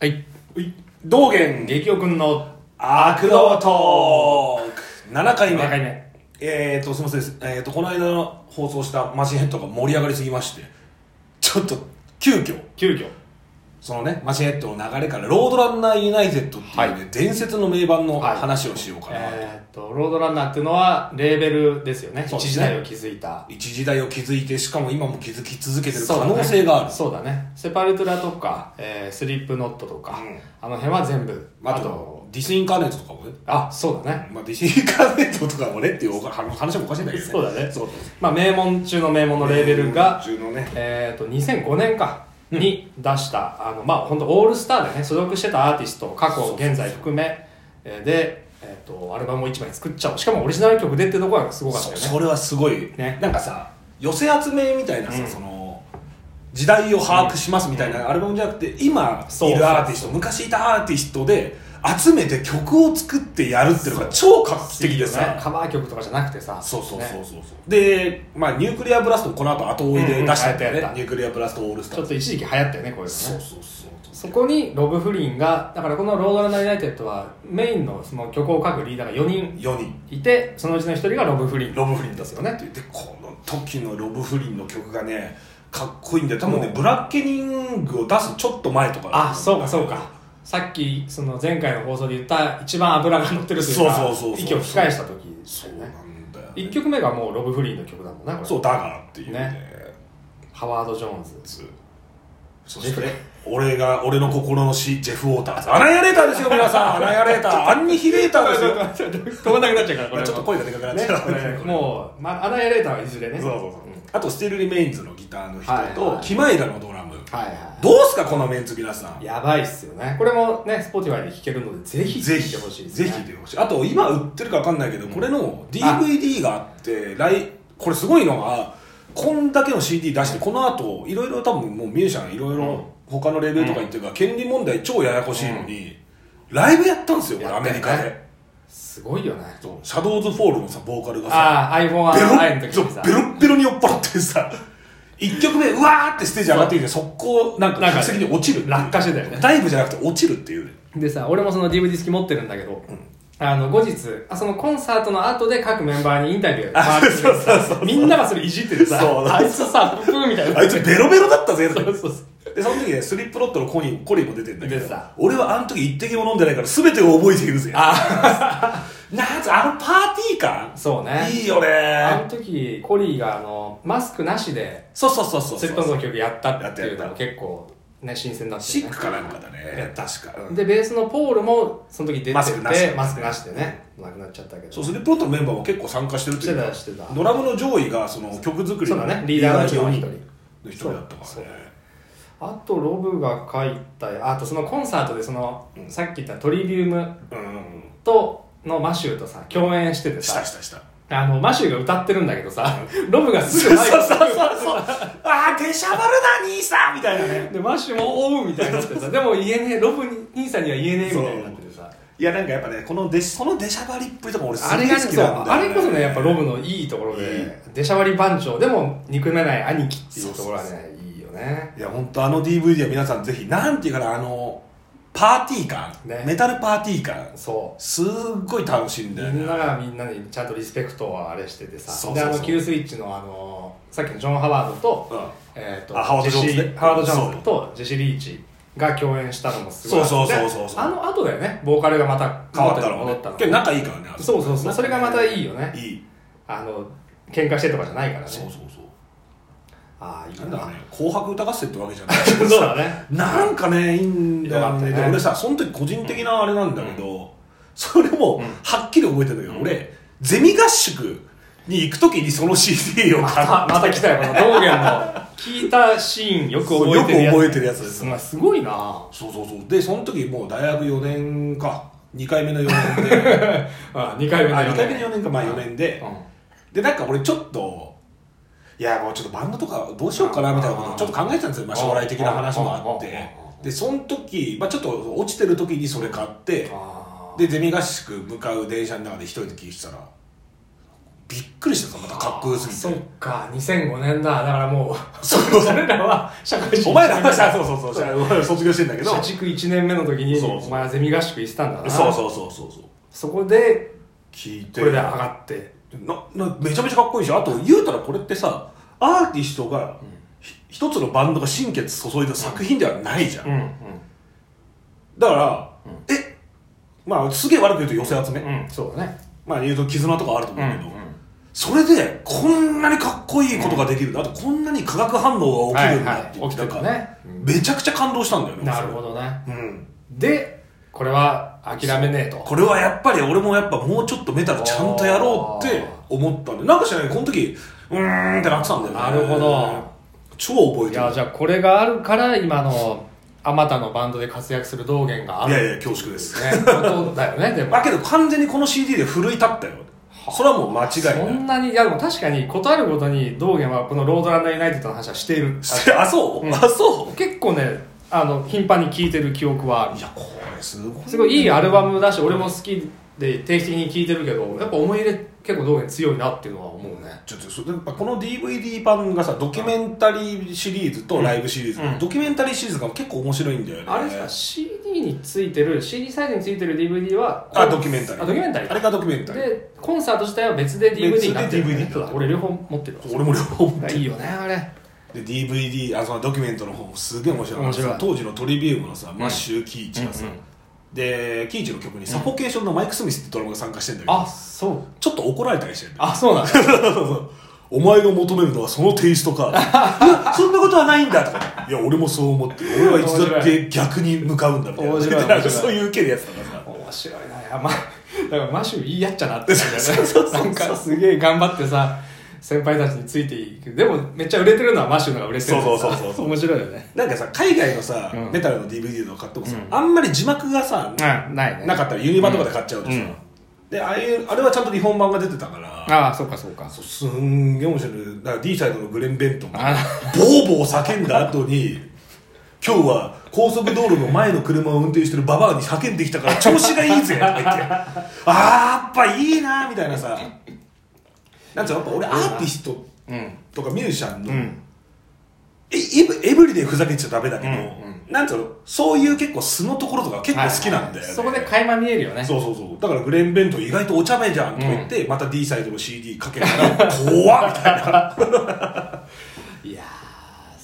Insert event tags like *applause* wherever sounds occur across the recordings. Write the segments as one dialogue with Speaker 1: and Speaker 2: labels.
Speaker 1: はい。
Speaker 2: 道元
Speaker 1: 激おくんの
Speaker 2: 悪道トーク7回目
Speaker 1: 7回目。
Speaker 2: えっ、ー、とすいません、えー、とこの間の放送したマシンヘッドが盛り上がりすぎましてちょっと急遽
Speaker 1: 急遽。
Speaker 2: そのねマシンヘッドの流れからロードランナーユナイテッドっていうね、
Speaker 1: はい
Speaker 2: 伝説の名盤の
Speaker 1: はい
Speaker 2: 話をしようかな、
Speaker 1: えーっと、ロードランナーっていうのはレーベルですよね。
Speaker 2: そうで
Speaker 1: 一
Speaker 2: すね
Speaker 1: 時代を築いた。
Speaker 2: 一時代を築いてしかも今も築き続けてる可能性がある
Speaker 1: そうだね。そうだねセパルトラとか、えースリップノットとか、
Speaker 2: うん
Speaker 1: あの辺は全部。
Speaker 2: あとディスインカーネートとかもね、
Speaker 1: あ、そうだね。
Speaker 2: まあ、ディスインカーネートとかもねっていうおか話もおかしいんだけど
Speaker 1: *laughs*
Speaker 2: ね
Speaker 1: そうだね
Speaker 2: そう
Speaker 1: まあ、名門中の名門のレーベルが、
Speaker 2: 中のね
Speaker 1: えーっと、2005年か。に出した、あの、まあ、本当オールスターでね、所属してたアーティスト、過去、現在含め、えーで、えーっと、アルバムを1枚作っちゃおう。しかもオリジナル曲でってところがすごかった
Speaker 2: そ
Speaker 1: よ
Speaker 2: う
Speaker 1: ね。
Speaker 2: それはすごい、
Speaker 1: ね
Speaker 2: なんかさ寄せ集めみたいなさ、
Speaker 1: うん
Speaker 2: その時代を把握しますみたいなアルバムじゃなくて今
Speaker 1: そう
Speaker 2: い
Speaker 1: そうそう
Speaker 2: るアーティスト昔いたアーティストで集めて曲を作ってやるっていうのが超画期的でさ
Speaker 1: カバー曲とかじゃなくてさ
Speaker 2: そうそうそうそう
Speaker 1: ね
Speaker 2: そう、で、まあ、ニュークリアブラストもこの後後追いで出したんだよね、
Speaker 1: うんうん
Speaker 2: ニュークリアブラストオールスタ
Speaker 1: ちょ
Speaker 2: ー
Speaker 1: っ
Speaker 2: ズ
Speaker 1: と一時期流行ったよねこういうのね
Speaker 2: そうそうそう
Speaker 1: そこにロブ・フリンがだからこの「ロードランナー・ユナイテッド」はメインのその曲を書くリーダーが4人
Speaker 2: 4人
Speaker 1: いてそのうちの1人がロブ・フリン
Speaker 2: ロブフリンですよね
Speaker 1: で
Speaker 2: でこの時のロブフリンの曲がねかっこいいんだよ多分ね
Speaker 1: もう
Speaker 2: ブラッケニングを出すちょっと前とか
Speaker 1: あそうかそうかさっきその前回の放送で言った一番脂が乗ってるというか
Speaker 2: そうそうそうそう
Speaker 1: 息を吹き返した時
Speaker 2: そう
Speaker 1: だ
Speaker 2: な
Speaker 1: よね
Speaker 2: んだよ、ね、
Speaker 1: 1曲目がもうロブ・フリンの曲だもんねこれ
Speaker 2: そうだからっていうね
Speaker 1: ねハワード・ジョーンズ
Speaker 2: つそして俺が俺の心の師ジェフ・ウォーターズアナヤレーターですよ皆さんアナヤレー *laughs* ターアンニヒレーターです *laughs* よ
Speaker 1: ちょっと止まんなくなっちゃうからこれ
Speaker 2: ちょっと声がでかくなっち
Speaker 1: ね
Speaker 2: ゃう、
Speaker 1: これもう、まあ、アナエレーターはいずれね
Speaker 2: そうそうそう、
Speaker 1: ん
Speaker 2: あとスティール・リメインズのギターの人と、
Speaker 1: はいはい
Speaker 2: キマイラのドラム、
Speaker 1: はいは
Speaker 2: どうすかこのメンツ皆さん
Speaker 1: いやばいっすよねこれもね Spotify で聴けるのでぜひ聴
Speaker 2: ぜ
Speaker 1: いて
Speaker 2: ひ
Speaker 1: ほしいです
Speaker 2: ぜ
Speaker 1: ね
Speaker 2: ひでほしいあと今売ってるか分かんないけど、
Speaker 1: ん
Speaker 2: これの DVD があって来これすごいのがこんだけの CD 出してこの後いろいろ多分もうミュージシャンいろい
Speaker 1: うん
Speaker 2: ろ他のレベルとか行ってるから、権利問題超ややこしいのに、ライブやったんですよこれ
Speaker 1: や
Speaker 2: ア
Speaker 1: った
Speaker 2: メ
Speaker 1: よ
Speaker 2: リ
Speaker 1: ね
Speaker 2: カで、
Speaker 1: すごいよね
Speaker 2: そうシャドーズ・フォールのさボーカルがさ
Speaker 1: ああ iPhone
Speaker 2: ベロ
Speaker 1: は愛の
Speaker 2: ッ
Speaker 1: 時
Speaker 2: そう
Speaker 1: にさ
Speaker 2: ベロッベロに酔っ払ってさ1曲目うわーってステージ上がってきて速攻なんか
Speaker 1: なんか
Speaker 2: 客席に落ちるっていう
Speaker 1: 落下してたよね
Speaker 2: ダイブじゃなくて落ちるっていうね
Speaker 1: でさ俺もその DVD 付き持ってるんだけど、あの後日あそのコンサートの後で各メンバーにインタビュー回ってくれてさ
Speaker 2: そうそうそうそう
Speaker 1: みんながそれいじっててさ
Speaker 2: そう
Speaker 1: あいつさプーみたいな
Speaker 2: あいつベロベロだったぜと
Speaker 1: そ
Speaker 2: か言っ
Speaker 1: う
Speaker 2: て
Speaker 1: そうそう
Speaker 2: でその時ねスリップロットのコニーコリーも出てんだけ
Speaker 1: 出て
Speaker 2: ど
Speaker 1: た
Speaker 2: 俺はあの時一滴も飲んでないから全てを覚えているぜ
Speaker 1: あ
Speaker 2: なんつあのパーティー感
Speaker 1: ーそうね
Speaker 2: いいよ
Speaker 1: あの
Speaker 2: ね
Speaker 1: 時コリーがあのマスクなしで
Speaker 2: そうそうそうそう
Speaker 1: セ
Speaker 2: そう
Speaker 1: ットの曲やったっていうの
Speaker 2: や
Speaker 1: も
Speaker 2: った
Speaker 1: 結構ね新鮮だったよね
Speaker 2: シックかなんかだね確か、うん
Speaker 1: でベースのポールもその時出てて
Speaker 2: マスクなしで
Speaker 1: マスクなしでねなくなっちゃったけど
Speaker 2: そうスリップロットのメンバーも結構参加してるというか
Speaker 1: してたしてた
Speaker 2: ドラムの上位がその曲作り
Speaker 1: そうだねリーダーのうちの一人
Speaker 2: リーダーの一人だったからね
Speaker 1: あとロブが書いたああとそのコンサートでその、
Speaker 2: うん
Speaker 1: さっき言ったトリビウム
Speaker 2: うん
Speaker 1: とのマシューとさ共演してて
Speaker 2: した
Speaker 1: さ
Speaker 2: したした
Speaker 1: あのマシューが歌ってるんだけどさロブがすぐ前に *laughs*
Speaker 2: そうそうそうそうああ出しゃばるな兄さんみたいなね
Speaker 1: でマシューも「おう」みたいになってさでも言えねえロブに兄さんには言えねえみたいになっててさ
Speaker 2: いやなんかやっぱねこのでその出しゃばりっぷりとか俺す
Speaker 1: あ
Speaker 2: げ
Speaker 1: れ
Speaker 2: え
Speaker 1: が
Speaker 2: 好
Speaker 1: ね
Speaker 2: き
Speaker 1: そう
Speaker 2: なんだ
Speaker 1: あ
Speaker 2: よ、ね、
Speaker 1: れこそねやっぱロブのいいところ
Speaker 2: いい
Speaker 1: で出しゃばり番長でも憎めない兄貴っていうところは
Speaker 2: そう
Speaker 1: ねいいよね
Speaker 2: いや本当あの DVD は皆さんぜひなんていうかなあのパーティー感、
Speaker 1: ね
Speaker 2: メタルパーティー感
Speaker 1: そう
Speaker 2: すっごい楽しいんだよ
Speaker 1: みん
Speaker 2: ね
Speaker 1: ながみんなにちゃんとリスペクトをあれしててさ
Speaker 2: そう
Speaker 1: で
Speaker 2: そう
Speaker 1: あ
Speaker 2: そう
Speaker 1: の Q スイッチのあのさっきのジョン・ハワードと,、
Speaker 2: うん
Speaker 1: えー、と
Speaker 2: あハワード
Speaker 1: ジェシ
Speaker 2: ジョーンズね
Speaker 1: ハワード・ジョーンズとジェシー・リーチが共演したのもすごい
Speaker 2: そうそう
Speaker 1: で
Speaker 2: そうそうそう
Speaker 1: あの後だよねボーカルがまた
Speaker 2: 変わった
Speaker 1: 戻っ
Speaker 2: の
Speaker 1: たの
Speaker 2: はね結構仲いいからねあの
Speaker 1: そうそうそうそれがまたいいよ
Speaker 2: い
Speaker 1: ね
Speaker 2: い
Speaker 1: あの喧嘩してとかじゃないからね
Speaker 2: そうそうそう
Speaker 1: ああいい
Speaker 2: なんだろ
Speaker 1: な
Speaker 2: うね紅白歌合戦ってわけじゃない
Speaker 1: *laughs* そうだね
Speaker 2: なんかねいいんだよ
Speaker 1: よ
Speaker 2: ね
Speaker 1: かったね
Speaker 2: で俺さその時個人的なあれなんだけど、それもはっきり覚えてんだけど、俺ゼミ合宿に行く時にその CD を買って
Speaker 1: あまた来たよこの道元の聞いたシーンよく
Speaker 2: そう
Speaker 1: 覚えてるやつ
Speaker 2: よく覚えてるやつです
Speaker 1: まあすごいな
Speaker 2: そうそうそうでその時もう大学4年か2回目の4年で
Speaker 1: あ2回目
Speaker 2: あ
Speaker 1: の
Speaker 2: 2回目の4年かまあ4年で、
Speaker 1: うん
Speaker 2: でなんか俺ちょっといやもうちょっとバンドとかどうしようかなみたいなことをちょっと考えてたんですよ、まあ、将来的な話もあっ
Speaker 1: うんうん
Speaker 2: て
Speaker 1: うんうん
Speaker 2: でその時、まあ、ちょっと落ちてる時にそれ買って
Speaker 1: あー
Speaker 2: でゼミ合宿向かう電車の中で一人で聞いてたらびっくりしてさまたかっこよすぎて
Speaker 1: そっか2005年だだからもう
Speaker 2: そう
Speaker 1: 俺らは社会人
Speaker 2: お前らはさそう *laughs* そうそう俺ら卒業してんだけど
Speaker 1: 社
Speaker 2: そう
Speaker 1: 畜1年目の時に
Speaker 2: そうそう
Speaker 1: お前はゼミ合宿行ってたんだな
Speaker 2: そうそうそうそう
Speaker 1: そこで
Speaker 2: 聞いて
Speaker 1: これで上がって
Speaker 2: ななめちゃめちゃかっこいいしあと言うたらこれってさアーティストがひ一つのバンドが心血注いだ作品ではないじゃん、
Speaker 1: うんうん
Speaker 2: だから、えまあすげえ悪く言うと寄せ集め、
Speaker 1: うんそうだね
Speaker 2: まあ言うと絆とかはあると
Speaker 1: う
Speaker 2: 思
Speaker 1: ん
Speaker 2: うけど、それでこんなにかっこいいことができるんだ、あとこんなに化学反応が起きるんだって言って
Speaker 1: はいはい起きて
Speaker 2: な
Speaker 1: た
Speaker 2: ん
Speaker 1: ね
Speaker 2: かめちゃくちゃ感動したんだよ
Speaker 1: う
Speaker 2: ね
Speaker 1: んなるほどね
Speaker 2: ど、うん、
Speaker 1: でこれは諦めねえと
Speaker 2: これはやっぱり俺もやっぱもうちょっとメタルちゃんとやろうって思ったんでなんか知らないけどこの時うーんってなってたんだよね
Speaker 1: なるほど
Speaker 2: 超覚え
Speaker 1: い
Speaker 2: てる
Speaker 1: やじゃあこれがあるから今のあまたのバンドで活躍する道元がある
Speaker 2: いやいや恐縮です
Speaker 1: ねことだよねでも
Speaker 2: だけど完全にこの CD で奮い立ったよそれはもう間違い
Speaker 1: そ
Speaker 2: ない
Speaker 1: んなにいやでも確かにことあるごとに道元はこのロードランナーユナイテッドの話はしている
Speaker 2: *laughs* あそう、
Speaker 1: うん
Speaker 2: あそ
Speaker 1: 結構ねあの頻繁に聴いてる記憶はあ
Speaker 2: う
Speaker 1: る
Speaker 2: いやこれすごい
Speaker 1: すごいいいアルバムだし俺も好きで定期的に聴いてるけどやっぱ思い入れ結構道元強いなっていうのは思うね
Speaker 2: ちょっとそれやっぱこの DVD 版がさドキュメンタリーシリーズとライブシリーズ、
Speaker 1: うん
Speaker 2: ドキュメンタリーシリーズが結構面白いんだよね
Speaker 1: あれさ CD についてる CD サイズについてる DVD は
Speaker 2: あドキュメンタリー
Speaker 1: あドキュメンタリー
Speaker 2: あれがドキュメンタリー
Speaker 1: でコンサート自体は別で DVD になってる、
Speaker 2: 別で DVD だ
Speaker 1: 俺両方持ってるわ
Speaker 2: 俺も両方持って
Speaker 1: いいよねあれ
Speaker 2: で DVD あそのドキュメントの方もすげえ面白い
Speaker 1: 面白い
Speaker 2: 当時のトリビウムのさマッシュー・キーチが
Speaker 1: う
Speaker 2: さ、
Speaker 1: んうん
Speaker 2: でキーチの曲に「サポケーション」のマイク・スミスってドラマが参加してんだけど、
Speaker 1: あそう
Speaker 2: ちょっと怒られたりしてる
Speaker 1: あそうなんだ
Speaker 2: *laughs* お前が求めるのはそのテイストか *laughs* いやそんなことはないんだとかいや俺もそう思ってる俺はいつだって逆に向かうんだみたいな
Speaker 1: 面白い
Speaker 2: *laughs* でなん
Speaker 1: 面
Speaker 2: か
Speaker 1: 白い
Speaker 2: そういう系でやってたからさ
Speaker 1: 面白いないやまあだからマシュいい *laughs* やっちゃなってんだよね
Speaker 2: *laughs* そうそうそうそう
Speaker 1: なんかすげえ頑張ってさ先輩たちについていくでもめっちゃ売れてるのはマシュのが売れてるからさ
Speaker 2: そうそうそうそう
Speaker 1: 面白いよね
Speaker 2: なんかさ海外のさ、
Speaker 1: うん
Speaker 2: メタルの DVD とか買ってもさ、
Speaker 1: うん
Speaker 2: あんまり字幕がさ、
Speaker 1: あないね
Speaker 2: なかったらユニバとかで買っちゃうとさ、
Speaker 1: うん
Speaker 2: でああいうあれはちゃんと日本版が出てたから
Speaker 1: ああそうかそうか
Speaker 2: そうすんげえ面白いだから D サイドのグレン・ベントンが
Speaker 1: あ
Speaker 2: ボーボー叫んだ後に今日は高速道路の前の車を運転してるババアに叫んできたから調子がいいぜとか
Speaker 1: *laughs*
Speaker 2: 言ってああやっぱいいなみたいなさなんつうのやっぱ俺アーティスト
Speaker 1: うん
Speaker 2: とかミュージシャンの、
Speaker 1: うん
Speaker 2: えエブエブリでふざけちゃダメだけど、
Speaker 1: うん
Speaker 2: なんつうのそういう結構素のところとか結構好きなんだよね、
Speaker 1: そこで垣間見えるよね
Speaker 2: *laughs* そうそうそうだからグレン・ベントン意外とお茶目じゃんとか言って、また D サイドの CD かけたら怖
Speaker 1: *laughs*
Speaker 2: っみたいない
Speaker 1: や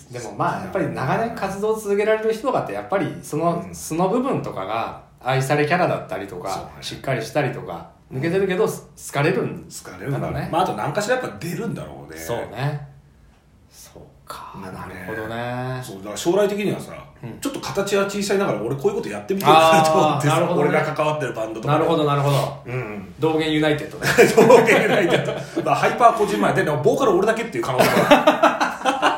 Speaker 1: ーでもまあやっぱり長年活動を続けられる人とかってやっぱりその素の部分とかが愛されキャラだったりと
Speaker 2: そう
Speaker 1: か
Speaker 2: ね
Speaker 1: しっかりしたりとか抜けてるけどす好かれるん
Speaker 2: 疲れるんだろう
Speaker 1: だ
Speaker 2: ね
Speaker 1: ね、
Speaker 2: まあ、あと何かしらやっぱ出るんだろうね
Speaker 1: そうねそうか
Speaker 2: なん
Speaker 1: な
Speaker 2: かね
Speaker 1: るほどね
Speaker 2: そうだから将来的にはさ、
Speaker 1: うん
Speaker 2: ちょっと形は小さいながら俺こういうことやってみようかなと思って
Speaker 1: あーな
Speaker 2: さ、
Speaker 1: るほどね
Speaker 2: 俺が関わってるバンドとか
Speaker 1: なるほ
Speaker 2: ど
Speaker 1: どなるほど
Speaker 2: うん *laughs*
Speaker 1: 道元ユナイテッドね
Speaker 2: 表現ないけどまあハイパー個人前ででもボーカル俺だけっていう可能性がある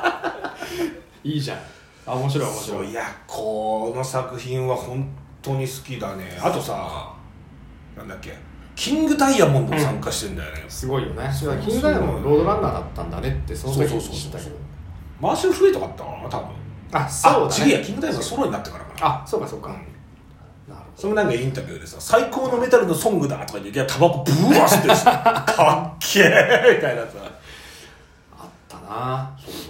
Speaker 1: いいじゃんあ面 *laughs* 白い面
Speaker 2: そ
Speaker 1: 白
Speaker 2: う
Speaker 1: い
Speaker 2: いやこの作品は本当に好きだねあとさなんだっけキングダイヤモンドも参加してんだよね、
Speaker 1: すごいよね
Speaker 2: そうそう
Speaker 1: キングダイヤモンドロードランナーだったんだねってその時に知ったけ
Speaker 2: そうそうそう
Speaker 1: ど
Speaker 2: マーシュフレイとかあったかな多分
Speaker 1: あそう
Speaker 2: あ
Speaker 1: だ
Speaker 2: 次や
Speaker 1: ね
Speaker 2: キングダイヤモンドソロになってからかな
Speaker 1: あそうかそうかなるほど
Speaker 2: そのなんかインタビューでさ最高のメタルのソングだとか言っていやタバコブワー吸って
Speaker 1: *laughs*
Speaker 2: るしかっけえみたいなさ
Speaker 1: あったな
Speaker 2: そうそう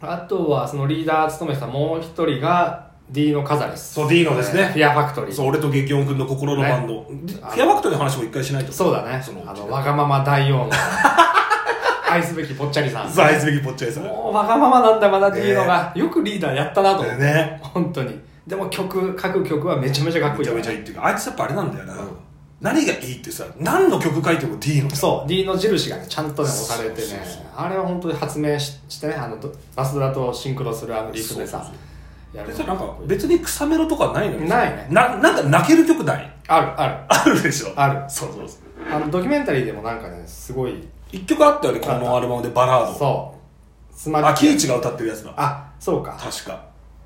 Speaker 2: そう
Speaker 1: あとはそのリーダー務めてたもう一人が D のカザレス
Speaker 2: そう D のですね
Speaker 1: フィアファクトリー
Speaker 2: そう俺と激音くんの心のバンド、でフィアバクトの話も一回しないと
Speaker 1: そうだね
Speaker 2: その
Speaker 1: あのわがまま大 *laughs* 王の愛すべきぽっちゃりさん
Speaker 2: ザイズべきぽっちゃりさんね
Speaker 1: もうわがままなんだまだ D のが、よくリーダーやったなと思って、
Speaker 2: め
Speaker 1: 本当にでも曲各曲はめちゃめちゃかっこいい
Speaker 2: ち
Speaker 1: よ
Speaker 2: ゃ
Speaker 1: ね
Speaker 2: めちゃいいっていうかあいつやっぱあれなんだよな、何がいいってさ何の曲書いても D のう
Speaker 1: そう D の印がねちゃんとね押されてね
Speaker 2: そうそうそう
Speaker 1: あれは本当に発明ししてねあのどバスドラとシンクロするあのリフでさ
Speaker 2: そうそう
Speaker 1: やる
Speaker 2: で
Speaker 1: の
Speaker 2: さなんか
Speaker 1: こいい
Speaker 2: 別に草メロとかないのよ
Speaker 1: ないね
Speaker 2: ななんか泣ける曲ない
Speaker 1: あるあ
Speaker 2: あるでしょ
Speaker 1: るある
Speaker 2: そうそうそう
Speaker 1: あのドキュメンタリーでもなんかねすごい
Speaker 2: 一曲あったよねこのアルバムでバラード
Speaker 1: そうつま
Speaker 2: あキイチが歌ってるやつだ
Speaker 1: あそうか
Speaker 2: 確か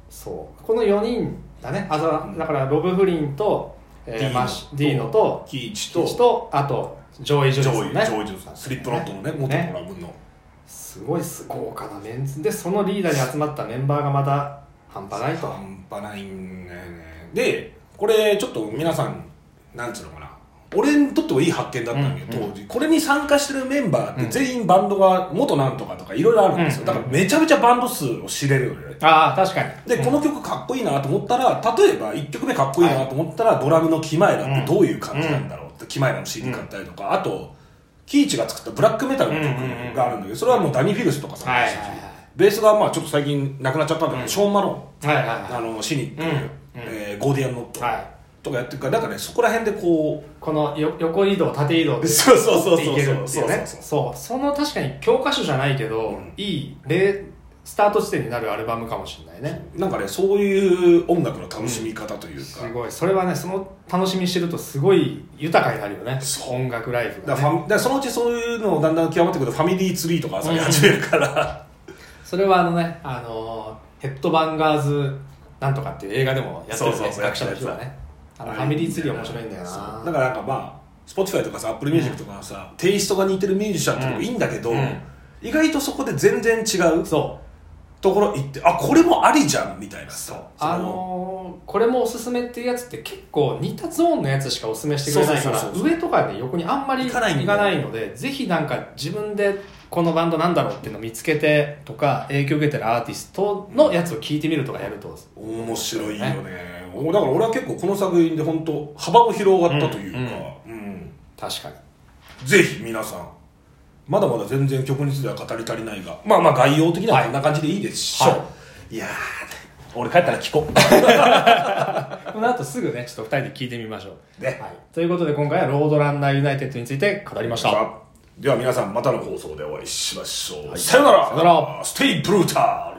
Speaker 1: そうこの4人だねあそうだからロブ・フリンと、え
Speaker 2: ディー
Speaker 1: ー
Speaker 2: ノ
Speaker 1: マッシュディーノと
Speaker 2: キイチ
Speaker 1: キ
Speaker 2: と
Speaker 1: チとあとジョイ・ジ
Speaker 2: ジ
Speaker 1: ョ
Speaker 2: ョ
Speaker 1: イ
Speaker 2: イ・
Speaker 1: ス
Speaker 2: ジ
Speaker 1: ね
Speaker 2: ョイジョイさんスリップノットのね元
Speaker 1: ね
Speaker 2: コラムの
Speaker 1: すごいす豪華なメンツでそのリーダーに集まったメンバーがまた半端ないと
Speaker 2: 半端ないんだよねでこれちょっと皆さんなんつうのかな俺にとってはいい発見だったんだけど、当時これに参加してるメンバーって全員バンドが元なんとかとかいろいろあるんですよ、だからめちゃめちゃバンド数を知れるよね
Speaker 1: ああ確かに
Speaker 2: で、この曲かっこいいなと思ったら例えば1曲目かっこいいなと思ったら、ドラムのキマイラってどういう感じなんだろうって、キマイラの CD 買ったりとか、あとキイチが作ったブラックメタルの曲があるんだけどそれはもうダニー・フィルスとかさ、
Speaker 1: はいはいはい
Speaker 2: ベースがまあちょっと最近なくなっちゃったんだけど、ショーン・マロン
Speaker 1: はいはいはい
Speaker 2: あのシニック、
Speaker 1: うんうん
Speaker 2: えーゴーディアンノット、
Speaker 1: はい
Speaker 2: とかやってるからなんかねそこら辺でこ
Speaker 1: このよ横移動縦移動
Speaker 2: う
Speaker 1: で
Speaker 2: そうそうそう
Speaker 1: っていけるっていうね
Speaker 2: そう
Speaker 1: そうその確かに教科書じゃないけど、
Speaker 2: うん
Speaker 1: いい例スタート地点になるアルバムかもしれないね
Speaker 2: なんかねそういう音楽の楽しみ方というか,、
Speaker 1: すごいそれはねその楽しみにしてるとすごい豊かになるよね音楽ライフが、
Speaker 2: だからフ
Speaker 1: ね、
Speaker 2: ァミだからそのうちそういうのをだんだん極まってくるとファミリーツリーとか遊び始めるから、
Speaker 1: それはあのねあのーヘッドバンガーズなんとかっていう映画でもやってる
Speaker 2: そうそう
Speaker 1: ね
Speaker 2: そう
Speaker 1: 学者の人がねあの
Speaker 2: あれ
Speaker 1: ファミリーツリー面白いんだよ
Speaker 2: そう
Speaker 1: な
Speaker 2: だからなんかまあ Spotify とかさ Apple Music とかさ、テイストが似てるミュージシャンってのもいいんだけど、
Speaker 1: うんうん
Speaker 2: 意外とそこで全然違う
Speaker 1: そう
Speaker 2: ところ行ってあこれもありじゃんみたいなさその
Speaker 1: あのーこれもおすすめっていうやつって結構似たゾーンのやつしかおすすめしてくれないか
Speaker 2: そうそう
Speaker 1: ら
Speaker 2: そうそう
Speaker 1: 上とかね横にあんまり
Speaker 2: 行
Speaker 1: 行
Speaker 2: か
Speaker 1: か
Speaker 2: な
Speaker 1: ない
Speaker 2: んだよ
Speaker 1: いのでぜひなんか自分でこのバンドなんだろうっていうのを見つけてとか影響受けてるアーティストのやつを聞いてみるとかやると
Speaker 2: 面白いよねおだから俺は結構この作品で本当幅も広がったというか、うん
Speaker 1: 確かに
Speaker 2: ぜひ皆さんまだまだ全然曲については語り足りないがまあまあ概要的にはこんな感じでいいでしょう、、
Speaker 1: はいはい
Speaker 2: やー俺帰ったら聞こ
Speaker 1: *laughs* この後すぐねちょっと2人で聞いてみましょう、
Speaker 2: ね
Speaker 1: はい、ということで今回はロードランナーユナイテッドについて語りました
Speaker 2: うでは皆さんまたの放送でお会いしましょう、さよなら
Speaker 1: さよなら
Speaker 2: ステイブルーター